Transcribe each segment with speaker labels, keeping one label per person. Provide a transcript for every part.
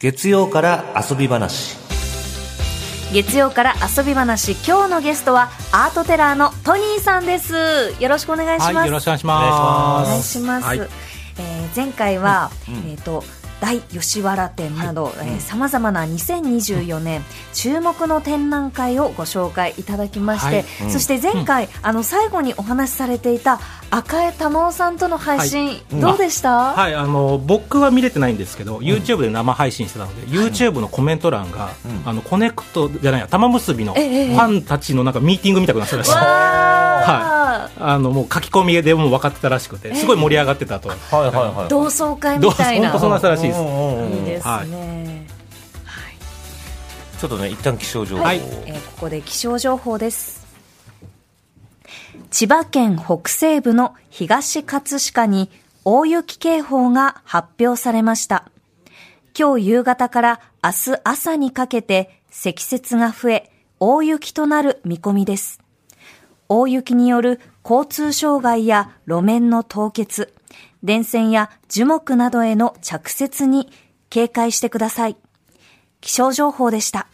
Speaker 1: 月曜から遊び話。
Speaker 2: 月曜から遊び話今日のゲストはアートテラーのトニーさんですよろしくお願いします、
Speaker 3: はい、よろしくお願いします
Speaker 2: お願いします、はい、えー、前回は、うん、えっ、ー、と大吉原展などさまざまな2024年注目の展覧会をご紹介いただきまして、はいうん、そして前回、うん、あの最後にお話しされていた赤江珠緒さんとの配信、はい、どうでした、
Speaker 3: はい、あの僕は見れてないんですけど、うん、YouTube で生配信してたので、うん、YouTube のコメント欄が、あのコネクトじゃない玉結びのファンたちのなんかミーティングみたくなってたらしい、えええ、はい、あのもう書き込みでも分かってたらしくてすごい盛り上がってたと、はい
Speaker 2: はいはい、同窓会みたいな
Speaker 3: 本当そんならしい
Speaker 2: いいですね、はいはい
Speaker 1: ちょっとね、一旦気象情報。。
Speaker 2: はい、えー、ここで気象情報です。千葉県北西部の東葛飾に大雪警報が発表されました。今日夕方から明日朝にかけて積雪が増え、大雪となる見込みです。大雪による交通障害や路面の凍結、電線や樹木などへの着雪に警戒してください。気象情報でした。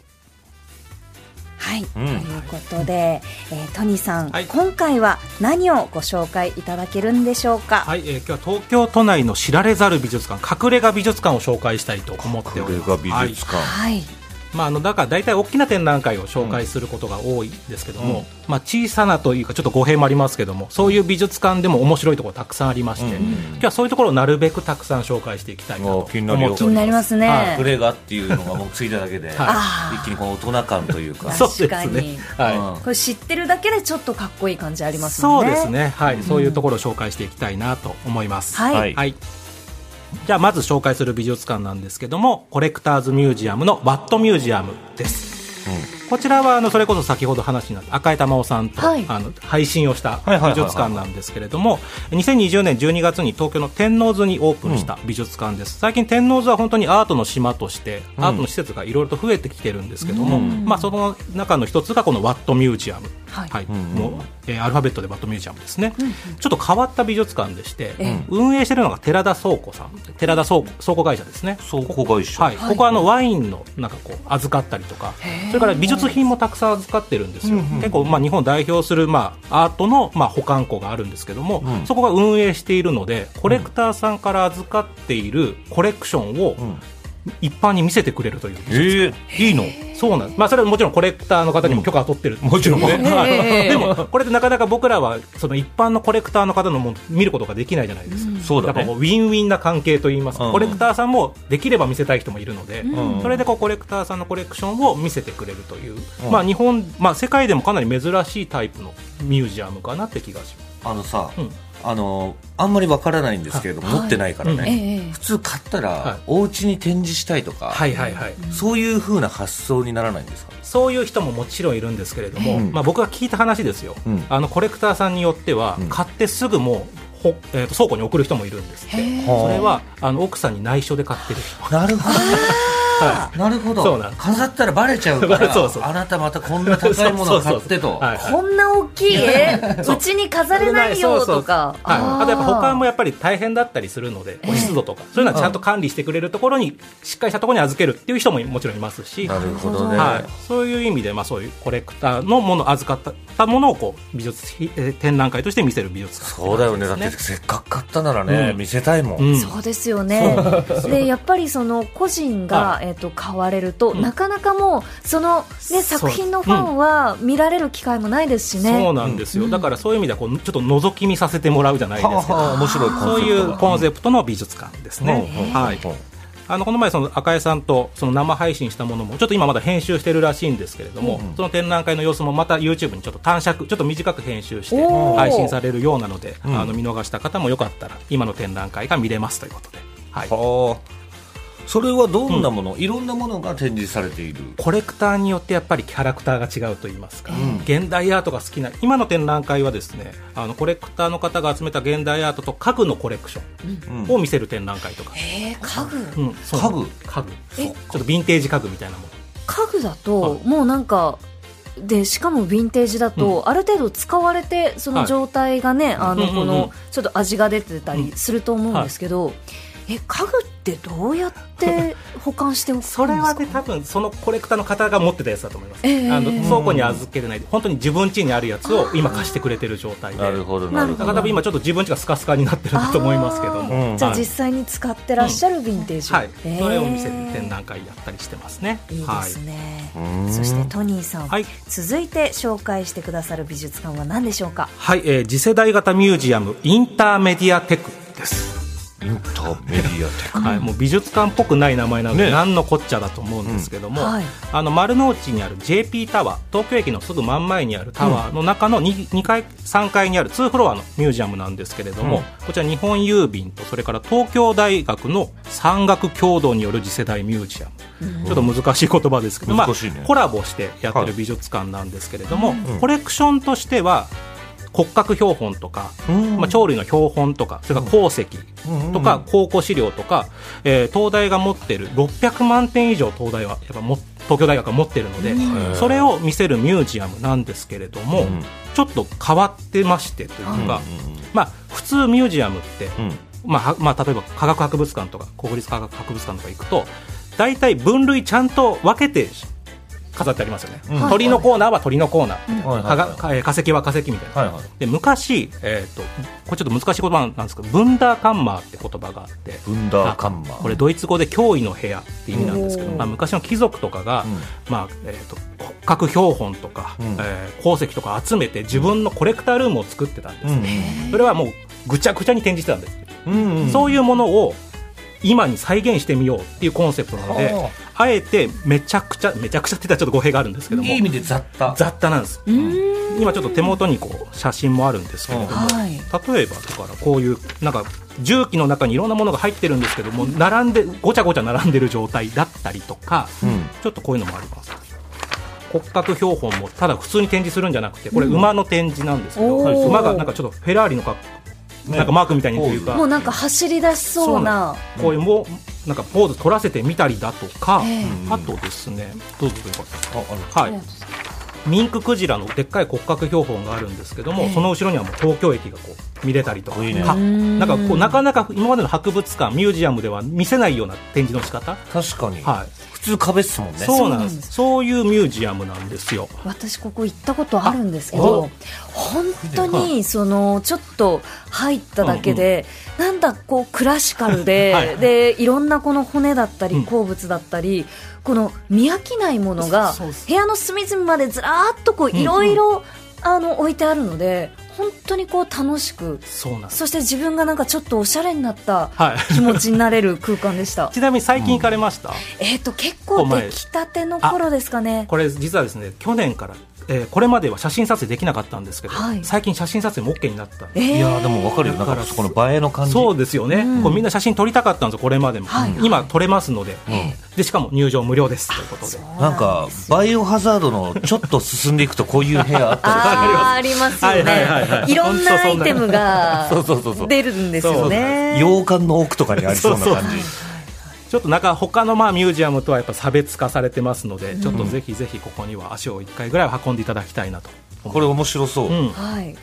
Speaker 2: はい、うん、ということで、えー、トニーさん、はい、今回は何をご紹介いただけるんでしょうか、
Speaker 3: はいえー、今日は東京都内の知られざる美術館隠れ家美術館を紹介したいと思っております
Speaker 1: 美術館、
Speaker 2: はい、はい
Speaker 3: まあ、あのだから大体大きな展覧会を紹介することが多いですけども、うん、まあ、小さなというかちょっと語弊もありますけどもそういう美術館でも面白いところたくさんありまして、うん、今日はそういうところをなるべくたくさん紹介していきたいなと思って
Speaker 2: 気になりますね、
Speaker 1: はい、レガっていうのがもうついただけで、はい、一気にこの大人感というか
Speaker 2: 確かに、はい、これ知ってるだけでちょっとかっこいい感じありますね
Speaker 3: そうですね、はい、うん、そういうところを紹介していきたいなと思います。
Speaker 2: はい、
Speaker 3: はいじゃあまず紹介する美術館なんですけどもコレクターズミュージアムのワットミュージアムです、うん、こちらはあのそれこそ先ほど話になった赤江珠緒さんと、はい、あの配信をした美術館なんですけれども、はいはい、2020年12月に東京の天王洲にオープンした美術館です、うん、最近天王洲は本当にアートの島として、うん、アートの施設がいろいろと増えてきてるんですけども、まあ、その中の一つがこのワットミュージアム、はい、はい、もうえー、アルファベットでバットミュージアムですね、うんうん、ちょっと変わった美術館でして、うん、運営しているのが寺田倉庫さん寺田倉庫倉庫会社ですね
Speaker 1: 倉庫会社
Speaker 3: はい、ここはあのワインのなんかこう預かったりとかそれから美術品もたくさん預かってるんですよ、うんうん、結構まあ日本を代表するまあアートのまあ保管庫があるんですけども、うん、そこが運営しているのでコレクターさんから預かっているコレクションを、うん一般に見せてくれるという、
Speaker 1: えー、いいの
Speaker 3: そうなんまあ、それはもちろんコレクターの方にも許可は取ってる、
Speaker 1: うん、もちろんね、
Speaker 3: えー、 でもこれでなかなか僕らはその一般のコレクターの方のも見ることができないじゃないですか、うん、
Speaker 1: そうだ、ね、
Speaker 3: ウィンウィンな関係といいますか、うん、コレクターさんもできれば見せたい人もいるので、うん、それでこうコレクターさんのコレクションを見せてくれるという、まあ、日本、まあ、世界でもかなり珍しいタイプのミュージアムかなって気がします。
Speaker 1: あのさ、あのあんまりわからないんですけれども、はい、持ってないからね、はいうん、普通買ったら、はい、お家に展示したいとか、
Speaker 3: はいはいはい、
Speaker 1: そういうふうな発想にならないんですか
Speaker 3: そういう人ももちろんいるんですけれども、うん、まあ、僕が聞いた話ですよ、うん、あのコレクターさんによっては、買ってすぐもうほ、えー、と倉庫に送る人もいるんですってそれはあの奥さんに内緒で買ってる人。
Speaker 1: なるほどはい、なるほど飾ったらばれちゃう からそうそうあなたまたこんな高いものを 買ってと
Speaker 2: はい、こんな大きい絵うちに飾れないよとか、
Speaker 3: あ,、はい、あとやっぱ保管もやっぱり大変だったりするので、えー、湿度とかそういうのはちゃんと管理してくれるところに、うん、しっかりしたところに預けるっていう人ももちろんいますし
Speaker 1: なるほどね、
Speaker 3: はい、そういう意味で、まあ、そういうコレクターのもの預かったたものをこう美術展覧会として見せる美術館、
Speaker 1: ね、そうだよねだってせっかく買ったならね、うん、見せたいもん、うん
Speaker 2: そうですよねでやっぱりその個人が、えーと、と買われると、うん、なかなかもうその、ね、作品のファンは見られる機会もないですしね、
Speaker 3: うん、そうなんですよ、だからそういう意味ではこうちょっと覗き見させてもらうじゃないですか、は
Speaker 1: 面白い
Speaker 3: そういうコンセプトの美術館ですね。うん、はい、あのこの前、その赤江さんとその生配信したものもちょっと今まだ編集してるらしいんですけれども、うんうん、その展覧会の様子もまた YouTube にちょっと短尺ちょっと短く編集して配信されるようなので、うん、あの見逃した方もよかったら今の展覧会が見れますということで。はい、
Speaker 1: それはどんなもの、うん、いろんなものが展示されている
Speaker 3: コレクターによってやっぱりキャラクターが違うと言いますか、うん、現代アートが好きな今の展覧会はですねあのコレクターの方が集めた現代アートと家具のコレクションを見せる展覧会とか、うん、
Speaker 2: えー、家
Speaker 1: 具、うん、家具
Speaker 3: 家具ちょっとヴィンテージ家具みたいなもの
Speaker 2: 家具だともうなんかでしかもヴィンテージだと、ある程度使われてその状態がね、はい、あのこのちょっと味が出てたりすると思うんですけど、はいえ家具っってどうやって保管しておくんですか
Speaker 3: それはね多分そのコレクターの方が持ってたやつだと思います、えー、あの倉庫に預けてない本当に自分家にあるやつを今貸してくれてる状態で
Speaker 1: なるほどなるほど
Speaker 3: だから今ちょっと自分家がスカスカになってるんだと思いますけども、
Speaker 2: うん、じゃあ実際に使ってらっしゃるヴィンテージ、うん
Speaker 3: はいえー、それを見せる展覧会やったりしてますね
Speaker 2: いいですね、はい、そしてトニーさん、はい、続いて紹介してくださる美術館は何でしょうか
Speaker 3: はい、えー、次世代型ミュージアムインターメディアテクです
Speaker 1: インターメディアテク、
Speaker 3: はい、もう美術館っぽくない名前なので、ね、何のこっちゃだと思うんですけども、うんはい、あの丸の内にある JP タワー東京駅のすぐ真ん前にあるタワーの中の 2,、うん、2階3階にある2フロアのミュージアムなんですけれども、うん、こちら日本郵便とそれから東京大学の山岳共同による次世代ミュージアム、ちょっと難しい言葉ですけど、ね、まあ、コラボしてやってる美術館なんですけれども、はい、コレクションとしては骨格標本とか、うん、まあ、鳥類の標本とかそれから鉱石とか、うん、考古資料とか、えー、東大が持ってる600万点以上東大はやっぱも東京大学が持ってるので、うん、それを見せるミュージアムなんですけれども、ちょっと変わってましてというか、まあ、普通ミュージアムって、まあまあ、例えば科学博物館とか国立科学博物館とか行くと大体分類ちゃんと分けて飾ってありますよね、うん、鳥のコーナーは鳥のコーナー、はいはいはい、化石は化石みたいな、はいはい、で昔、えーと、とこれちょっと難しい言葉なんですけどブンダーカンマーって言葉があって
Speaker 1: ブンダーカンマー
Speaker 3: これドイツ語で脅威の部屋って意味なんですけど、まあ、昔の貴族とかが、うん、まあえーと、と骨格標本とか、うん、えー、鉱石とか集めて自分のコレクタールームを作ってたんです、ね、それはもうぐちゃぐちゃに展示してたんです、うんうん、そういうものを今に再現してみようっていうコンセプトなのであえてめちゃくちゃめちゃくちゃって言ったらちょっと語弊があるんですけども
Speaker 1: いい意味で雑多
Speaker 3: 雑多なんです、うん、今ちょっと手元にこう写真もあるんですけれども、はい、例えばだからこういうなんか重機の中にいろんなものが入ってるんですけども並んでごちゃごちゃ並んでる状態だったりとか、うん、ちょっとこういうのもあります骨格標本もただ普通に展示するんじゃなくてこれ馬の展示なんですけど、うん、馬がなんかちょっとフェラーリの格好なんかマークみたいにというか、
Speaker 2: もうなんか走り出しそうな
Speaker 3: こういうもなんかポーズ取らせてみたりだとか、あとですねどうぞよかったはいミンククジラのでっかい骨格標本があるんですけども、その後ろにはもう東京駅がこう見れたりとか、ね、なんかこうなかなか今までの博物館ミュージアムでは見せないような展示の仕方
Speaker 1: 確かに、
Speaker 3: はい、
Speaker 1: 普通壁っすもんね
Speaker 3: そうなんですそういうミュージアムなんですよ
Speaker 2: 私ここ行ったことあるんですけど本当にそのちょっと入っただけで、うんうん、なんだこうクラシカルで はい、でいろんなこの骨だったり鉱物だったり、うん、この見飽きないものが部屋の隅々までずらっとこういろいろ、あの置いてあるので本当にこう楽しく
Speaker 3: そうなん
Speaker 2: そして自分がなんかちょっとおしゃれになった気持ちになれる空間でした
Speaker 3: ちなみに最近行かれました、うん、
Speaker 2: えっ、ー、と結構出来たての頃ですかね
Speaker 3: これ実はですね去年からえー、これまでは写真撮影できなかったんですけど、はい、最近写真撮影も OK になったん
Speaker 1: で、えー、いやでも分かるよだからそこの映えの感じ
Speaker 3: そうですよね、うん、こうみんな写真撮りたかったんですよこれまでも、はい、今撮れますので,うん、でしかも入場無料ですということで
Speaker 1: なんかバイオハザードのちょっと進んでいくとこういう部屋あった
Speaker 2: あありますよね、はい、いろんなアイテムが 出るんですよね
Speaker 1: 洋館の奥とかにありそうな感じそうそうそう
Speaker 3: ちょっとなんか他のまあミュージアムとはやっぱ差別化されてますので、うん、ちょっとぜひぜひここには足を1回ぐらい運んでいただきたいなと、
Speaker 1: うん、これ面白そう、うん、
Speaker 2: はい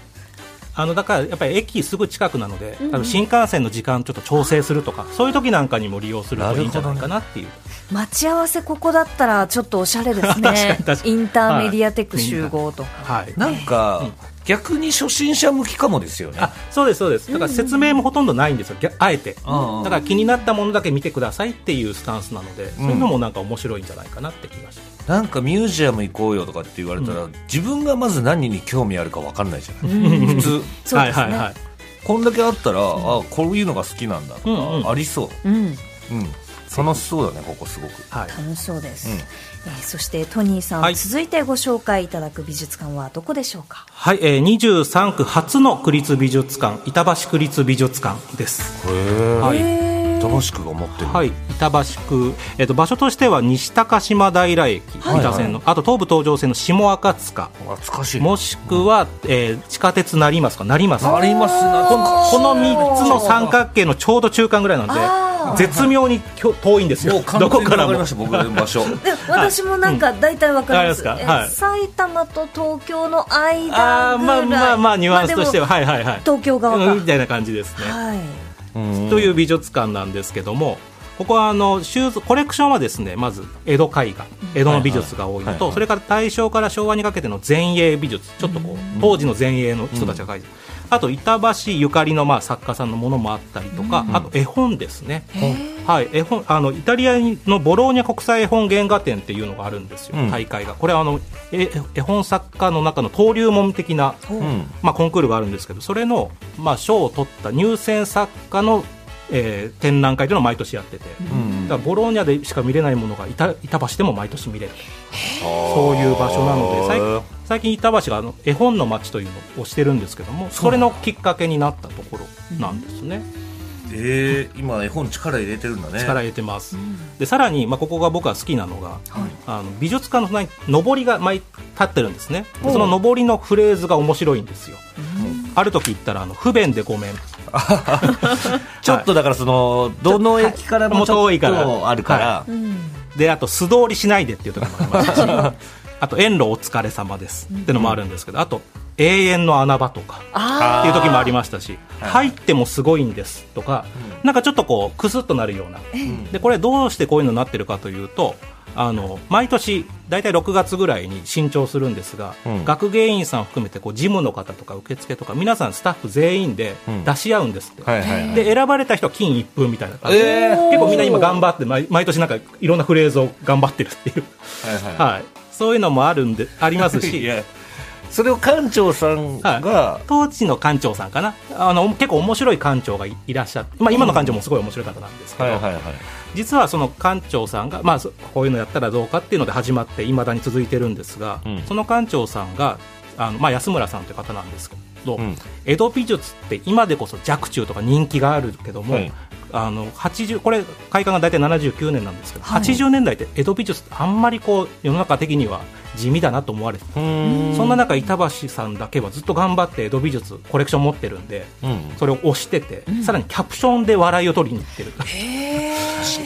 Speaker 3: あのだからやっぱり駅すぐ近くなので、うん、新幹線の時間ちょっと調整するとか、そういう時なんかにも利用するといいんじゃないかなっていう、ね、
Speaker 2: 待ち合わせここだったらちょっとおしゃれですねインターメディアテック集合とか、
Speaker 1: はい、なんか、逆に初心者向きかもですよね
Speaker 3: そうですそうですだから説明もほとんどないんですよ、うんうん、あえて、うんうん、だから気になったものだけ見てくださいっていうスタンスなので、うん、そういうのもなんか面白いんじゃないかなって気がします
Speaker 1: なんかミュージアム行こうよとかって言われたら、うん、自分がまず何に興味あるか分かんないじゃない、うん、普通
Speaker 2: そうですね、はいはいはい、
Speaker 1: こんだけあったら、あこういうのが好きなんだとか、うんうん、ありそう、うん、楽しそうだねここすごく、
Speaker 2: はい、楽しそうです、うん、えー、そしてトニーさん、はい、続いてご紹介いただく美術館はどこでしょうか
Speaker 3: はい、えー、23区初の区立美術館板橋区立美術館です
Speaker 1: へえ、はい、板橋区が持ってる
Speaker 3: はい板橋区、えーと、と場所としては西高島平駅、はい、板線の、あと東武東上線の下赤塚
Speaker 1: 懐かしい
Speaker 3: もしくは、うん、えー、地下鉄成増か成増
Speaker 1: 成増
Speaker 3: この3つの三角形のちょうど中間ぐらいなんで絶妙に遠いんですよ。どこからも。
Speaker 1: 僕の場所。
Speaker 2: 私もなんか大体わかります。はい、埼玉と東京の間
Speaker 3: あまあまあまあニュアンスとしては、まあ、はいはいはい。
Speaker 2: 東京側
Speaker 3: みたいな感じですね。はい。という美術館なんですけども。ここはあのシューズコレクションはですねまず江戸絵画江戸の美術が多いのとそれから大正から昭和にかけての前衛美術ちょっとこう当時の前衛の人たちが描いてる、あと板橋ゆかりのまあ作家さんのものもあったりとか、あと絵本ですね、はい、絵本あのイタリアのボローニャ国際絵本原画展っていうのがあるんですよ、大会がこれはあの絵本作家の中の登竜門的な、まあ、コンクールがあるんですけどそれのまあ賞を取った入選作家のえー、展覧会というのを毎年やってて、だからボローニャでしか見れないものが板板橋でも毎年見れるそういう場所なので最近板橋があの絵本の街というのをしてるんですけどもそれのきっかけになったところなんですね。
Speaker 1: えー、今、絵本力入れてるんだね
Speaker 3: 力入れてます、うん、でさらに、まあ、ここが僕は好きなのが、はい、あの美術館の前に上りが前立ってるんですねその上りのフレーズが面白いんですよ、うん、ある時言ったらあの不便でごめん、
Speaker 1: ちょっとだからその、どの駅からもちょっとあるから、はい
Speaker 3: であと素通りしないでっていう時もありますし あと遠路お疲れ様ですっていうのもあるんですけど、あと永遠の穴場とかっていう時もありましたし入ってもすごいんですとか、うん、なんかちょっとこうクスッとなるような、うん、でこれどうしてこういうのになってるかというとあの毎年大体6月ぐらいに新調するんですが、うん、学芸員さん含めてこう事務の方とか受付とか皆さんスタッフ全員で出し合うんですって、うんはいはいはい、で選ばれた人は金一封みたいな感じで、えー、結構みんな今頑張って毎年なんかいろんなフレーズを頑張ってるっていうはい、はい、そういうのもあるんでありますし。、
Speaker 1: それを館長さんが、はい
Speaker 3: 当時の館長さんかなあの結構面白い館長がいらっしゃって、まあ、今の館長もすごい面白い方なんですけど、うんはいはいはい、実はその館長さんが、まあ、こういうのやったらどうかっていうので始まっていまだに続いてるんですが、うん、その館長さんがあの、まあ、安村さんという方なんですけど、うん、江戸美術って今でこそ若冲とか人気があるけども、はいあの80これ開館が大体79年なんですけど、はい、80年代って江戸美術ってあんまりこう世の中的には地味だなと思われてそんな中板橋さんだけはずっと頑張って江戸美術コレクション持ってるんで、うん、それを押してて、うん、さらにキャプションで笑いを取りに行ってる、うん、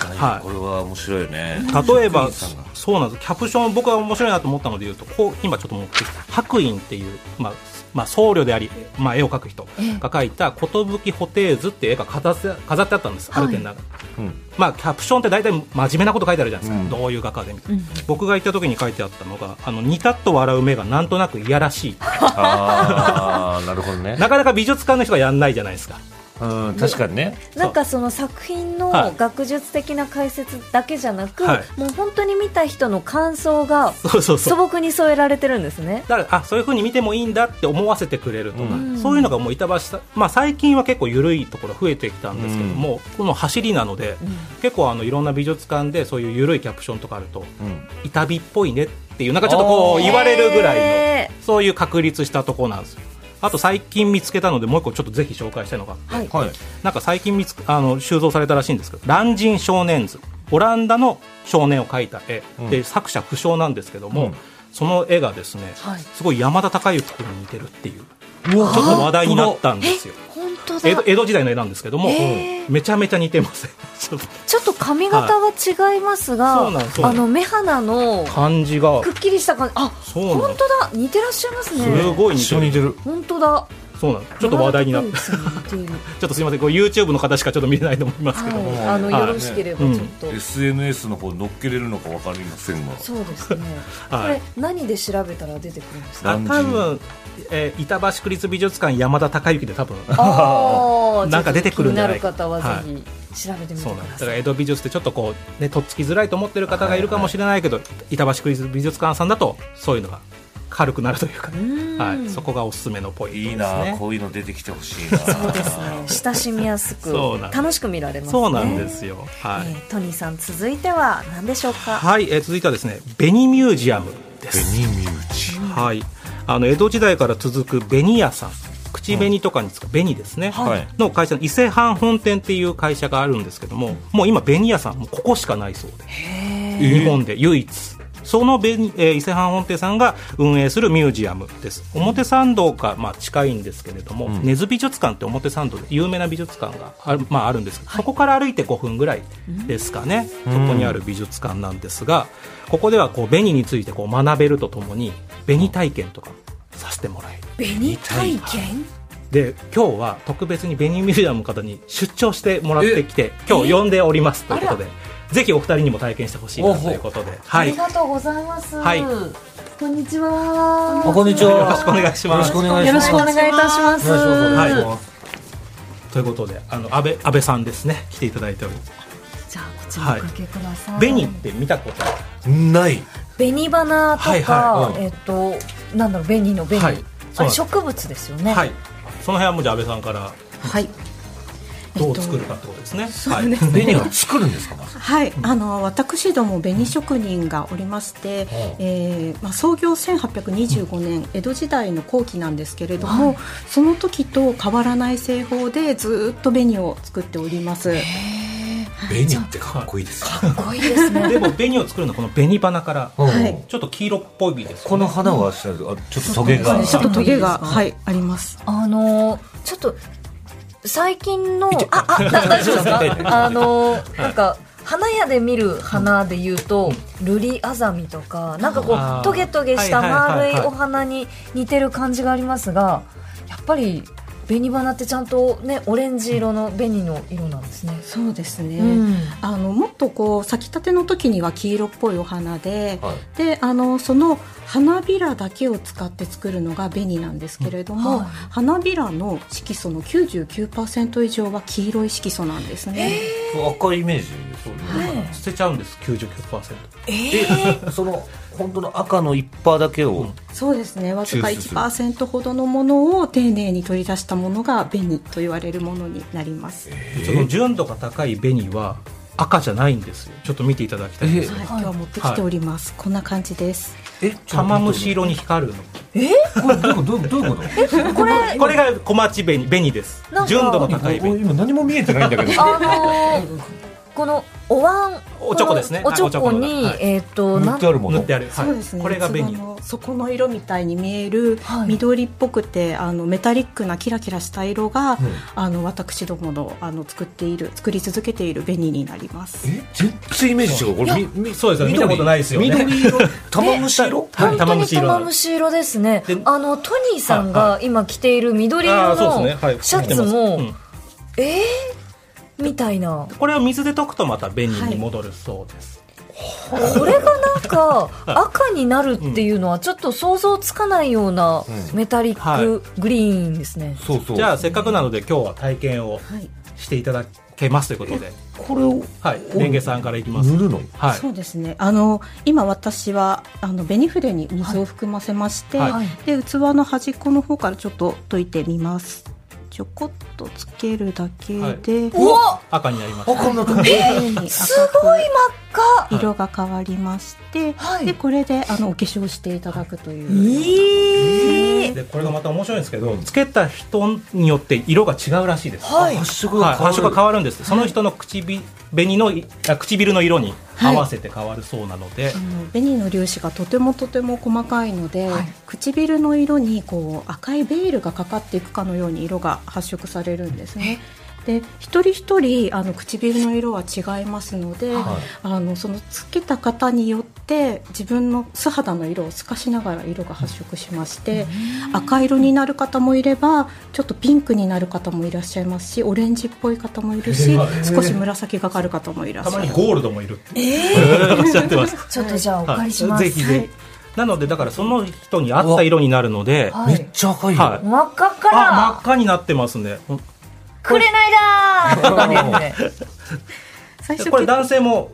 Speaker 1: 確かにこれは面白いね、
Speaker 3: はい、例えばそうなんですキャプション僕は面白いなと思ったので言うとこう今ちょっと持って白隠っていう、まあ、まあ、僧侶であり、まあ、絵を描く人が描いた「寿布袋図」っていう絵が飾ってあったんです、はい、ある点の中、うん、まあ、キャプションって大体真面目なこと書いてあるじゃないですか、うん、どういう画家でみたいな、うん、僕が行った時に書いてあったのが「あのにたっと笑う目がなんとなくいやらしい」
Speaker 1: あなるほどね
Speaker 3: なかなか美術館の人がやんないじゃないですか
Speaker 1: うん、確かにね
Speaker 2: なんかその作品の学術的な解説だけじゃなく、はい、もう本当に見た人の感想が素朴に添えられてるんですね
Speaker 3: だからあそういうふうに見てもいいんだって思わせてくれるとか、うん、そういうのがもう板橋さん、まあ、最近は結構緩いところ増えてきたんですけども、うん、この走りなので、結構あのいろんな美術館でそういう緩いキャプションとかあると、板火っぽいねっていうなんかちょっとこう言われるぐらいのそういう確立したところなんですよあと最近見つけたのでもう一個ちょっとぜひ紹介したいのがあって、はい、なんか最近見つあの収蔵されたらしいんですけど「蘭人少年図」オランダの少年を描いた絵、うん、で作者不詳なんですけども、うん、その絵がですね、はい、すごい山田孝之君に似てるっていうちょっと話題になったんですよ。江戸江戸時代の絵なんですけども、えー、めちゃめちゃ似てます
Speaker 2: ちょっと髪型は違いますが、はい、あの目鼻の
Speaker 3: 感じが
Speaker 2: くっきりした感じあ本当だ似てらっしゃいますね
Speaker 3: すごい似
Speaker 1: てる
Speaker 2: 本当だ、
Speaker 3: そうなんちょっと話題になってちょっとすみませんこう YouTube の方しかちょっと見れないと思いますけども、はい
Speaker 2: あのよろしければちょっと、
Speaker 1: うん、SNS の方乗っけれるのかわかりませんが
Speaker 2: そうですね、はい、これ何で調べたら出てくるんです
Speaker 3: か多分えー、板橋区立美術館山田孝之で多分なんか出てくるんじゃない
Speaker 2: かなる方はぜひ調べてみてください、はい、だから
Speaker 3: 江戸美術ってちょっとこう、ね、とっつきづらいと思ってる方がいるかもしれないけど、はいはい、板橋区立美術館さんだとそういうのが軽くなるというか、ね、はい、そこがおすすめのポイントです、ね、
Speaker 1: いいなこういうの出てきてほしいな
Speaker 2: そうですね親しみやすく楽しく見られます、ね、
Speaker 3: そうなんですよ、
Speaker 2: はい、えー、トニーさん続いては何でしょうか
Speaker 3: はい、えー、続いてはですね紅ミュージアムです
Speaker 1: 紅ミュージアム、
Speaker 3: はい、あの江戸時代から続く紅屋さん口紅とかに使う、うん、紅ですね、はい、の会社の伊勢半本店っていう会社があるんですけども、もう今紅屋さんもここしかないそうで日本で唯一その紅、えー、伊勢半本店さんが運営するミュージアムです表参道か、まあ、近いんですけれども、うん、根津美術館って表参道で有名な美術館がある,、まあ、あるんですけど、はい、そこから歩いて5分ぐらいですかね、うん、そこにある美術館なんですが、ここではこう紅についてこう学べるとともに紅体験とかさせてもらえる
Speaker 2: 紅体験、
Speaker 3: で今日は特別にベニーミュージアムの方に出張してもらってきて今日呼んでおりますということでぜひお二人にも体験してほしいなということで、
Speaker 2: はい、ありがとうございます、
Speaker 3: はい、
Speaker 2: こんにちは
Speaker 1: こんにちは
Speaker 3: よろしくお願いします、
Speaker 1: よろ
Speaker 2: しくお願いいたしますはい
Speaker 3: ということであの安倍安倍さんですね来ていただいております、
Speaker 2: じゃあこちらおかけください、はい
Speaker 3: 紅って見たこと
Speaker 1: ない
Speaker 2: 紅花とか、はいはいうん、えっ、ー、となんだろう紅の紅、はい、あれ植物ですよね
Speaker 3: はいその辺はもうじゃあ安倍さんから
Speaker 2: はい
Speaker 3: どう作るかってことですね。えっと、
Speaker 1: はい、紅は作るんですか、ま、
Speaker 4: はい、あの私ども紅職人がおりまして、うん、えー、まあ創業1825年、うん、江戸時代の後期なんですけれども、はい、その時と変わらない製法でずっと紅を作っております。
Speaker 1: ベニってかっこいいです
Speaker 2: かっこいいです ね
Speaker 3: でもベニを作るのはこの紅花から、はい、ちょっと黄色っぽいです、ね、
Speaker 1: この花はちょっとトゲが、
Speaker 4: ちょっとトゲがはいあります
Speaker 2: あのー、ちょっと最近のああ 大丈夫ですかあのー、なんか花屋で見る花でいうと、ルリアザミとかなんかこうトゲトゲした丸いお花に似てる感じがありますがやっぱり紅花ってちゃんとねオレンジ色の紅の色なんですね。
Speaker 4: そうですね。うん、あのもっとこう咲きたての時には黄色っぽいお花で、はい、であのその花びらだけを使って作るのが紅なんですけれども、うんはい、花びらの色素の99%以上は黄色い色素なんですね。
Speaker 1: えー、赤いイメージそう
Speaker 3: ね、ね、はい、捨てちゃうんです99%。
Speaker 1: えー、えその本当の赤の1%だけを、うん、
Speaker 4: そうですねわずか1%ほどのものを丁寧に取り出したものが紅と言われるものになります、
Speaker 3: えー、その純度が高い紅は赤じゃないんですよちょっと見ていただきたいんです、えー、はい、
Speaker 4: 今日は持ってきております、はい、こんな感じです
Speaker 3: え玉虫色に光るの
Speaker 2: え
Speaker 1: これどうどうどういうこと
Speaker 2: これ
Speaker 3: これが小町紅紅です純度の高い紅
Speaker 1: 今何も見えてないんだけど
Speaker 2: あのー、このお椀
Speaker 3: おちょこですね
Speaker 2: おちょこに、はい、えっ、ー、と
Speaker 1: 塗ってあるもの
Speaker 3: 塗ってある、
Speaker 4: はい、そうですね
Speaker 3: これが紅
Speaker 4: 底の色みたいに見える、はい、緑っぽくてあのメタリックなキラキラした色が、うん、あの私どものあの作っている作り続けている紅になります
Speaker 1: え全然イメージ違うこれ
Speaker 3: みそうです見たことないですよね
Speaker 1: 緑色玉虫 色
Speaker 2: はい、玉虫色玉虫色ですねあのトニーさんが今着ている緑色のシャツも、ね、うん、えーみたいな
Speaker 3: これを水で溶くとまた紅に戻るそうです、
Speaker 2: はい、これがなんか赤になるっていうのはちょっと想像つかないようなメタリックグリーンですね、
Speaker 3: うんはい、じゃあせっかくなので今日は体験をしていただけますということで、
Speaker 1: これを
Speaker 3: はいレンゲさんからいきます、
Speaker 1: 塗るの、
Speaker 4: はい、そうですねあの今私はあの紅筆に水を含ませまして、はい、で器の端っこの方からちょっと溶いてみますちょこっとつけるだけで、
Speaker 2: はい。
Speaker 3: 赤になりました
Speaker 2: すごい真。
Speaker 4: っ赤。色が変わりまして、はい、でこれであのお化粧していただくという
Speaker 3: えー、でこれがまた面白いんですけど、つけた人によって色が違うらしいです。
Speaker 1: はい、発色が
Speaker 3: 変わる,、変わるんです。その人の唇紅の唇の色に合わせて変わるそうなので、はい、、
Speaker 4: の紅の粒子がとてもとても細かいので、はい、唇の色にこう赤いベールがかかっていくかのように色が発色されるんですね。で一人一人あの唇の色は違いますので、はい、あのそのつけた方によって自分の素肌の色を透かしながら色が発色しまして、うん、赤色になる方もいればちょっとピンクになる方もいらっしゃいますしオレンジっぽい方もいるし、えー、少し紫がかる方もいらっしゃいます
Speaker 3: えー、たまにゴールドもいる
Speaker 2: えー、
Speaker 3: いらっしゃってます
Speaker 2: ちょっとじゃあお借りします、はい、
Speaker 3: ぜひぜひ、はいなのでだからその人に合った色になるので、
Speaker 1: はい、めっちゃ赤い、
Speaker 2: はい、真っ赤から
Speaker 3: 真っ赤になってますね
Speaker 2: くれないだ
Speaker 3: 最初これ男性も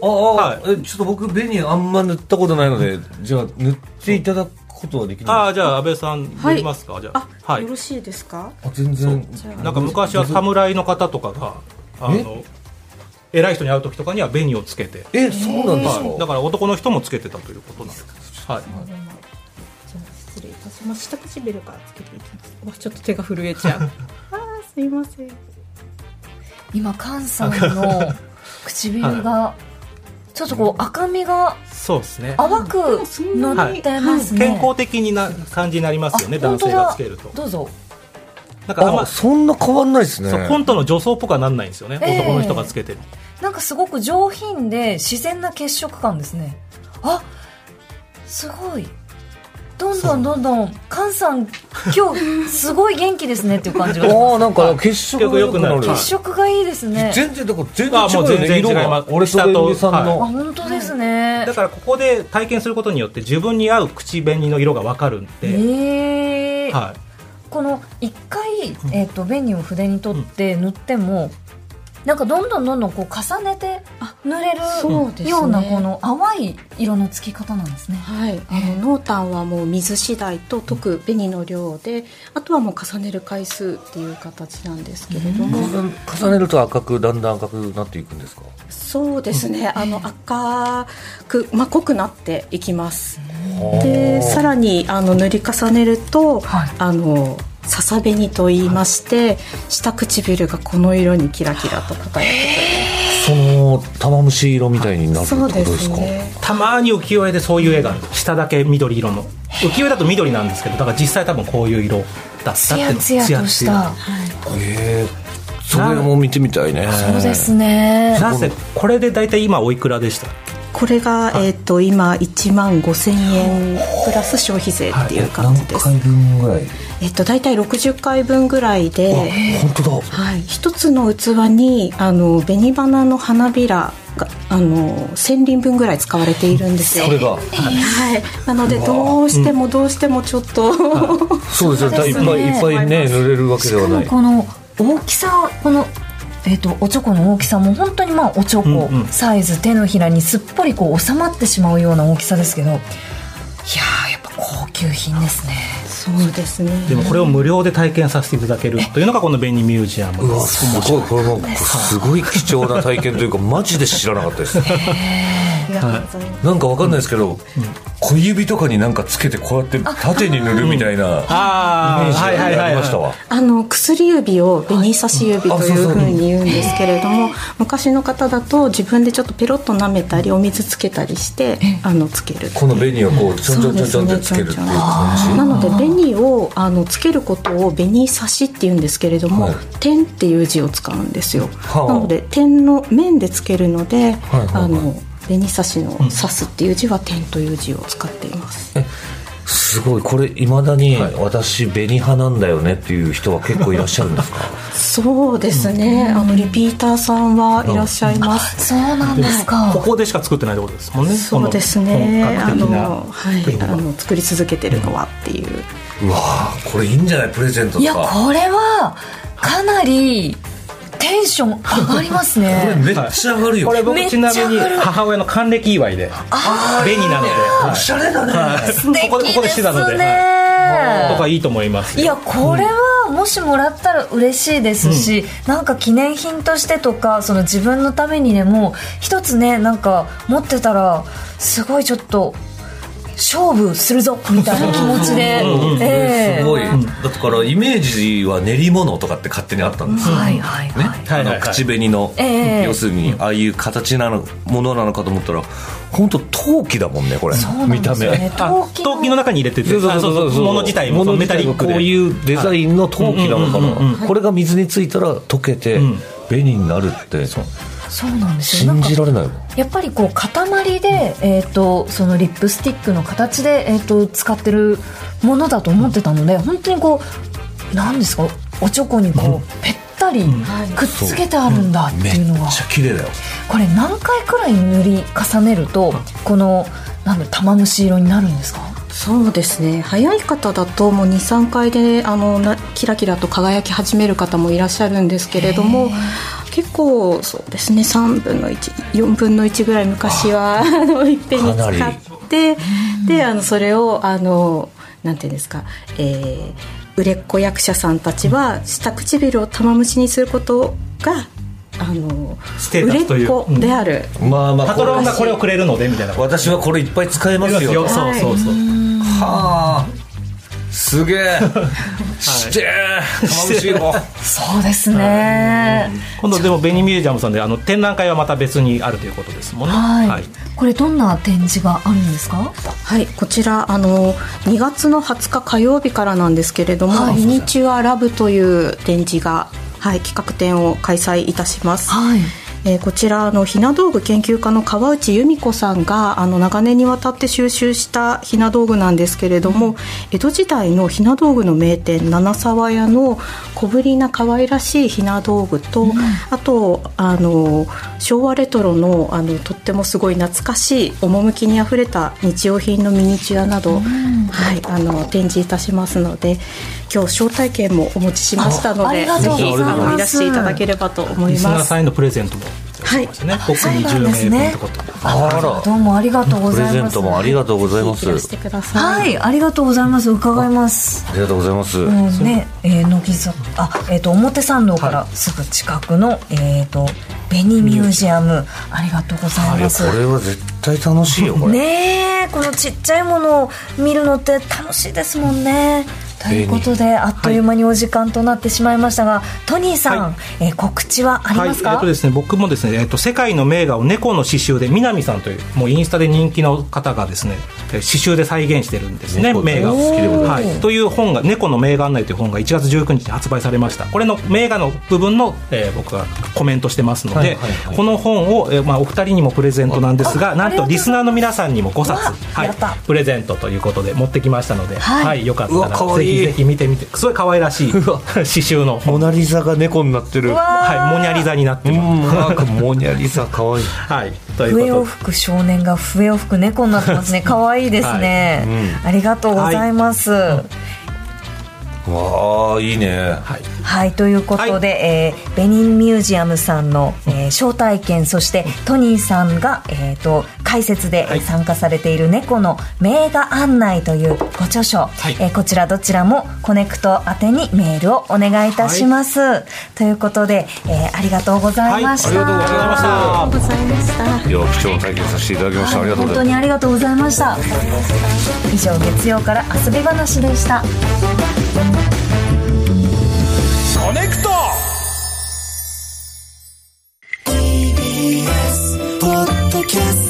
Speaker 1: ああ、はい、ちょっと僕紅あんま塗ったことないのでじゃあ塗っていただくことはできない
Speaker 3: ああじゃあ安倍さん塗りますか、はい、じゃ
Speaker 4: あ、はい、よろしいですか
Speaker 1: あ全然
Speaker 3: なんか昔は侍の方とかがあの偉い人に会う時とかには紅をつけて
Speaker 1: えそうなんですか、
Speaker 3: だから男の人もつけてたということなんですはい、
Speaker 4: 失礼いたします下唇からつけていきますちょっと手が震えちゃう あすいません
Speaker 2: 今菅さんの唇がちょっとこう赤みが
Speaker 3: そうですね
Speaker 2: 淡く乗ってますね、
Speaker 3: はい、健康的にな感じになりますよね男性がつけると
Speaker 2: どうぞ
Speaker 1: なんかあんまそんな変わんないですね
Speaker 3: コントの女装っぽくはなんないんですよね、えー、男の人がつけてる
Speaker 2: なんかすごく上品で自然な血色感ですねあすごいどんどんどんどん菅さん今日すごい元気ですねっていう 感じがします
Speaker 1: ああなんか血色が良くなる
Speaker 2: 血色がいいですね
Speaker 1: 全然だから全然違うよね
Speaker 3: あもう全然違います
Speaker 1: 色が俺とレミさん
Speaker 2: あ
Speaker 1: の、
Speaker 2: 本当ですね、
Speaker 3: だからここで体験することによって自分に合う口紅の色が分かるんで、
Speaker 2: ええ
Speaker 3: はい、
Speaker 2: この一回、えっと紅を筆に取って塗っても、なんかどんどんどんどんこう重ねて塗れ
Speaker 4: そうです
Speaker 2: る
Speaker 4: ね
Speaker 2: ようなこの淡い色のつき方なんですね。
Speaker 4: はい、あの濃淡はもう水次第と溶く紅の量であとはもう重ねる回数っていう形なんですけれども、
Speaker 1: 重ねると赤くだんだん赤くなっていくんですか
Speaker 4: そうですね、あの赤く、まあ、濃くなっていきますでさらにあの塗り重ねると、
Speaker 2: はい
Speaker 4: あの笹紅と言いまして、下唇がこの色にキラキラと輝く
Speaker 1: その玉虫色みたいになるって
Speaker 4: そ
Speaker 1: こ
Speaker 4: う
Speaker 1: とで
Speaker 4: ですす
Speaker 1: か
Speaker 4: ね
Speaker 3: たまに浮世絵でそういう絵がある下だけ緑色の浮世絵だと緑なんですけどだから実際多分こういう色だったって
Speaker 2: ツ
Speaker 3: いう
Speaker 2: ヤ
Speaker 3: の
Speaker 2: ツヤと
Speaker 3: ツ
Speaker 2: し
Speaker 3: ヤツヤ
Speaker 2: た。
Speaker 1: ええそれも見てみたいね
Speaker 2: そうですね。
Speaker 3: なぜこれで大体今おいくらでした
Speaker 4: これが、えっ、と今1万5000円プラス消費税っていう感
Speaker 1: 何
Speaker 4: じです、
Speaker 1: 回分ぐらい
Speaker 4: えっと大体60回分ぐらいで
Speaker 1: 本当だ
Speaker 4: はい、一つの器にあの紅花の花びらがあの千輪分ぐらい使われているんですよ。
Speaker 1: これが
Speaker 4: はい、なのでどうしてもどうしてもちょっと、
Speaker 1: そうですよ
Speaker 2: そう
Speaker 1: い
Speaker 2: で
Speaker 1: っ
Speaker 2: す
Speaker 1: ぱ
Speaker 2: ね
Speaker 1: いいっぱいね塗れるわけ
Speaker 2: し
Speaker 1: で
Speaker 2: か
Speaker 1: はな
Speaker 2: も
Speaker 1: い
Speaker 2: この大きさこのえっとおちょこの大きさも本当にまあおちょこ
Speaker 3: うんうん
Speaker 2: サイズ手のひらにすっぽりこう収まってしまうような大きさですけどいやーやっぱ高級品ですね
Speaker 4: そうですね。
Speaker 3: でもこれを無料で体験させていただけるというのがこの紅ミュージアム
Speaker 1: うわ
Speaker 3: です
Speaker 1: すごいこれもすごい貴重な体験というかマジで知らなかったです
Speaker 4: ありがとうございます。
Speaker 1: なんかわかんないですけど、小指とかになんかつけてこうやって縦に塗るみたいなイメ
Speaker 3: あ
Speaker 1: ー
Speaker 3: あ
Speaker 1: ジ
Speaker 3: はいはい
Speaker 1: があ
Speaker 3: はい
Speaker 1: り
Speaker 3: は
Speaker 1: ました
Speaker 3: い
Speaker 1: わ
Speaker 4: あの薬指を紅差し指というふうに言うんですけれども、昔の方だと自分でちょっとペロッと舐めたりお水つけたりしてあのつける。
Speaker 1: この紅をこうちょんちょんちょんちょんってつけるっていう感
Speaker 4: なので紅をあのつけることを紅差しって言うんですけれども、
Speaker 1: はい
Speaker 4: 点っていう字を使うんですよ、
Speaker 1: はあ
Speaker 4: なので点の面でつけるので、
Speaker 1: はいはいはい
Speaker 4: あの紅差しの「差す」っていう字は点という字を使っています、
Speaker 1: じすごいこれいまだに私紅派なんだよねっていう人は結構いらっしゃるんですか
Speaker 4: そうですね、あのリピーターさんはいらっしゃいます、
Speaker 2: そうなんですか
Speaker 3: ここでしか作ってないってことですもんね
Speaker 4: そうですね
Speaker 3: この
Speaker 4: あ
Speaker 3: 本格的な
Speaker 4: の、はい、あの作り続けてるのはっていう
Speaker 1: うわーこれいいんじゃないプレゼント
Speaker 2: い
Speaker 1: と
Speaker 2: や
Speaker 1: か
Speaker 2: これはかなりテンション上がります
Speaker 1: これ
Speaker 2: ね
Speaker 1: めっちゃ上がるよ、
Speaker 3: これ
Speaker 2: めっち
Speaker 3: 僕ち
Speaker 2: ゃ
Speaker 3: なみに母親の還暦祝いで紅なので
Speaker 1: お
Speaker 3: は
Speaker 1: しゃれだね、
Speaker 2: 素
Speaker 3: い
Speaker 2: 敵
Speaker 3: ここでここで
Speaker 2: で
Speaker 3: して
Speaker 2: す
Speaker 3: たのではいと
Speaker 2: ね
Speaker 3: かいいと思います
Speaker 2: いやこれはもしもらったら嬉しいですし、なんか記念品としてとかその自分のためにでも一つねなんか持ってたらすごいちょっと勝負するぞみたいな気持ちで
Speaker 1: うん
Speaker 2: ええ
Speaker 1: すごいだからイメージは練り物とかって勝手にあったんですよ、
Speaker 2: はいはい
Speaker 1: ね
Speaker 2: はい、
Speaker 3: はいはいはい
Speaker 1: あの口紅の、
Speaker 2: ええ
Speaker 1: 要するにああいう形なのものなのかと思ったら本当陶器だもんねこれ
Speaker 2: そうなん
Speaker 1: 見
Speaker 2: で
Speaker 1: た
Speaker 2: す
Speaker 1: 目
Speaker 2: よね
Speaker 3: あ
Speaker 2: 陶器の
Speaker 3: 陶器の中に入れててあそうそう物自体もそのメタリックで
Speaker 1: こういうデザインの陶器なのか
Speaker 3: うんうんうんう
Speaker 1: なこれが水についたら溶けて
Speaker 3: うん
Speaker 1: 紅になるって
Speaker 2: そうなんですよ
Speaker 1: 信
Speaker 2: なんか
Speaker 1: じられないもん
Speaker 2: やっぱりこう塊で、えー、とそのリップスティックの形で、えー、と使ってるものだと思ってたので本当にこうなんですかおちょこにこうぺったりくっつけてあるんだって
Speaker 1: めっ
Speaker 2: いうのが
Speaker 1: ちゃ綺麗だよ
Speaker 2: これ何回くらい塗り重ねるとこのなんだ玉虫色になるんですか
Speaker 4: そうですね早い方だともう23回であのなキラキラと輝き始める方もいらっしゃるんですけれども結構そうですね3分の14分の1ぐらい昔は あのいっぺんに
Speaker 1: かなり
Speaker 4: 使ってであのそれをあのなんていうんですか、えー売れっ子役者さんたちは下唇を玉虫にすることがあの
Speaker 3: ステ
Speaker 4: 売
Speaker 3: ータ
Speaker 4: れっ
Speaker 3: スという
Speaker 4: 子である、
Speaker 1: まあまあ
Speaker 3: パトロンが
Speaker 1: こ
Speaker 3: こ
Speaker 1: れ
Speaker 3: れをくれるのでみたいな
Speaker 1: 私はこれいっぱい使えますよ
Speaker 3: そうそうそう
Speaker 1: はあすげえしてえ玉虫色
Speaker 2: そうですね
Speaker 3: 今度でもベニミュージアムさんであの展覧会はまた別にあるということですもんね
Speaker 2: はい、これどんな展示があるんですか
Speaker 4: はい、こちらあの2月の20日火曜日からなんですけれども、
Speaker 2: はい
Speaker 4: ミニチュアラブという展示が、はい、企画展を開催いたします。
Speaker 2: はい
Speaker 4: えー、こちらのひな道具研究家の川内由美子さんがあの長年にわたって収集したひな道具なんですけれども、うん、江戸時代のひな道具の名店七沢屋の小ぶりな可愛らしいひな道具と、うん、あとあの昭和レトロのあのとってもすごい懐かしい趣にあふれた日用品のミニチュアなど、うん、はい、あの展示いたしますので今日招待券もお持ちしましたのでぜひいらしていただければと思います。
Speaker 3: リスナーのプレゼントもはい、ね、国に10名分ってこと。
Speaker 5: あら、どうもありがとうございます。プレゼント
Speaker 1: もありがとうございます。
Speaker 5: はい、ありがとうございます。伺います。
Speaker 1: ありがとうございます。
Speaker 5: ね、えー、乃木坂、あ、えっ、と表参道からすぐ近くの、えっ、と。ベニミュージアム、ありがとうございます。
Speaker 1: これは絶対楽しいよ。これ
Speaker 5: ね、このちっちゃいものを見るのって楽しいですもんね。ということで、あっという間にお時間となってしまいましたが、はい、トニーさん、はい、えー、告知はありますか、
Speaker 3: はいえーとですね、僕もですね、えーと「世界の名画を猫の刺繍で南さんというもうインスタで人気の方がですね刺繍で再現してるんですね名画はい、という本が「猫の名画案内」という本が1月19日に発売されましたこれの名画の部分の、えー、僕がコメントしてますので、この本を、えーまあ、お二人にもプレゼントなんですがなんとリスナーの皆さんにも5冊、はい、プレゼントということで持ってきましたので、はい、よかったらぜひぜひ見てみてすごい可愛らしい 刺繍の
Speaker 1: モナ・リザが猫になってる
Speaker 3: はいモニャリザになってます
Speaker 1: モニャリザ可愛い
Speaker 3: はい
Speaker 5: 笛を吹く少年が笛を吹く猫になってます ね可愛いですね、ありがとうございます、
Speaker 1: わあいいね
Speaker 5: はい、はい、ということで、はえベニンミュージアムさんの、えー、招待券そしてトニーさんが、えー、と解説で参加されている「猫の名画案内」というご著書、はえこちらどちらもコネクト宛てにメールをお願いいたします、ということで、えー、ありがとうございました、ありが
Speaker 1: とうございましたいや貴重体験させていただきましたありがとう
Speaker 5: 本当にありがとうございました以上月曜から遊び話でした
Speaker 6: コネクト TBS ポッドキャスト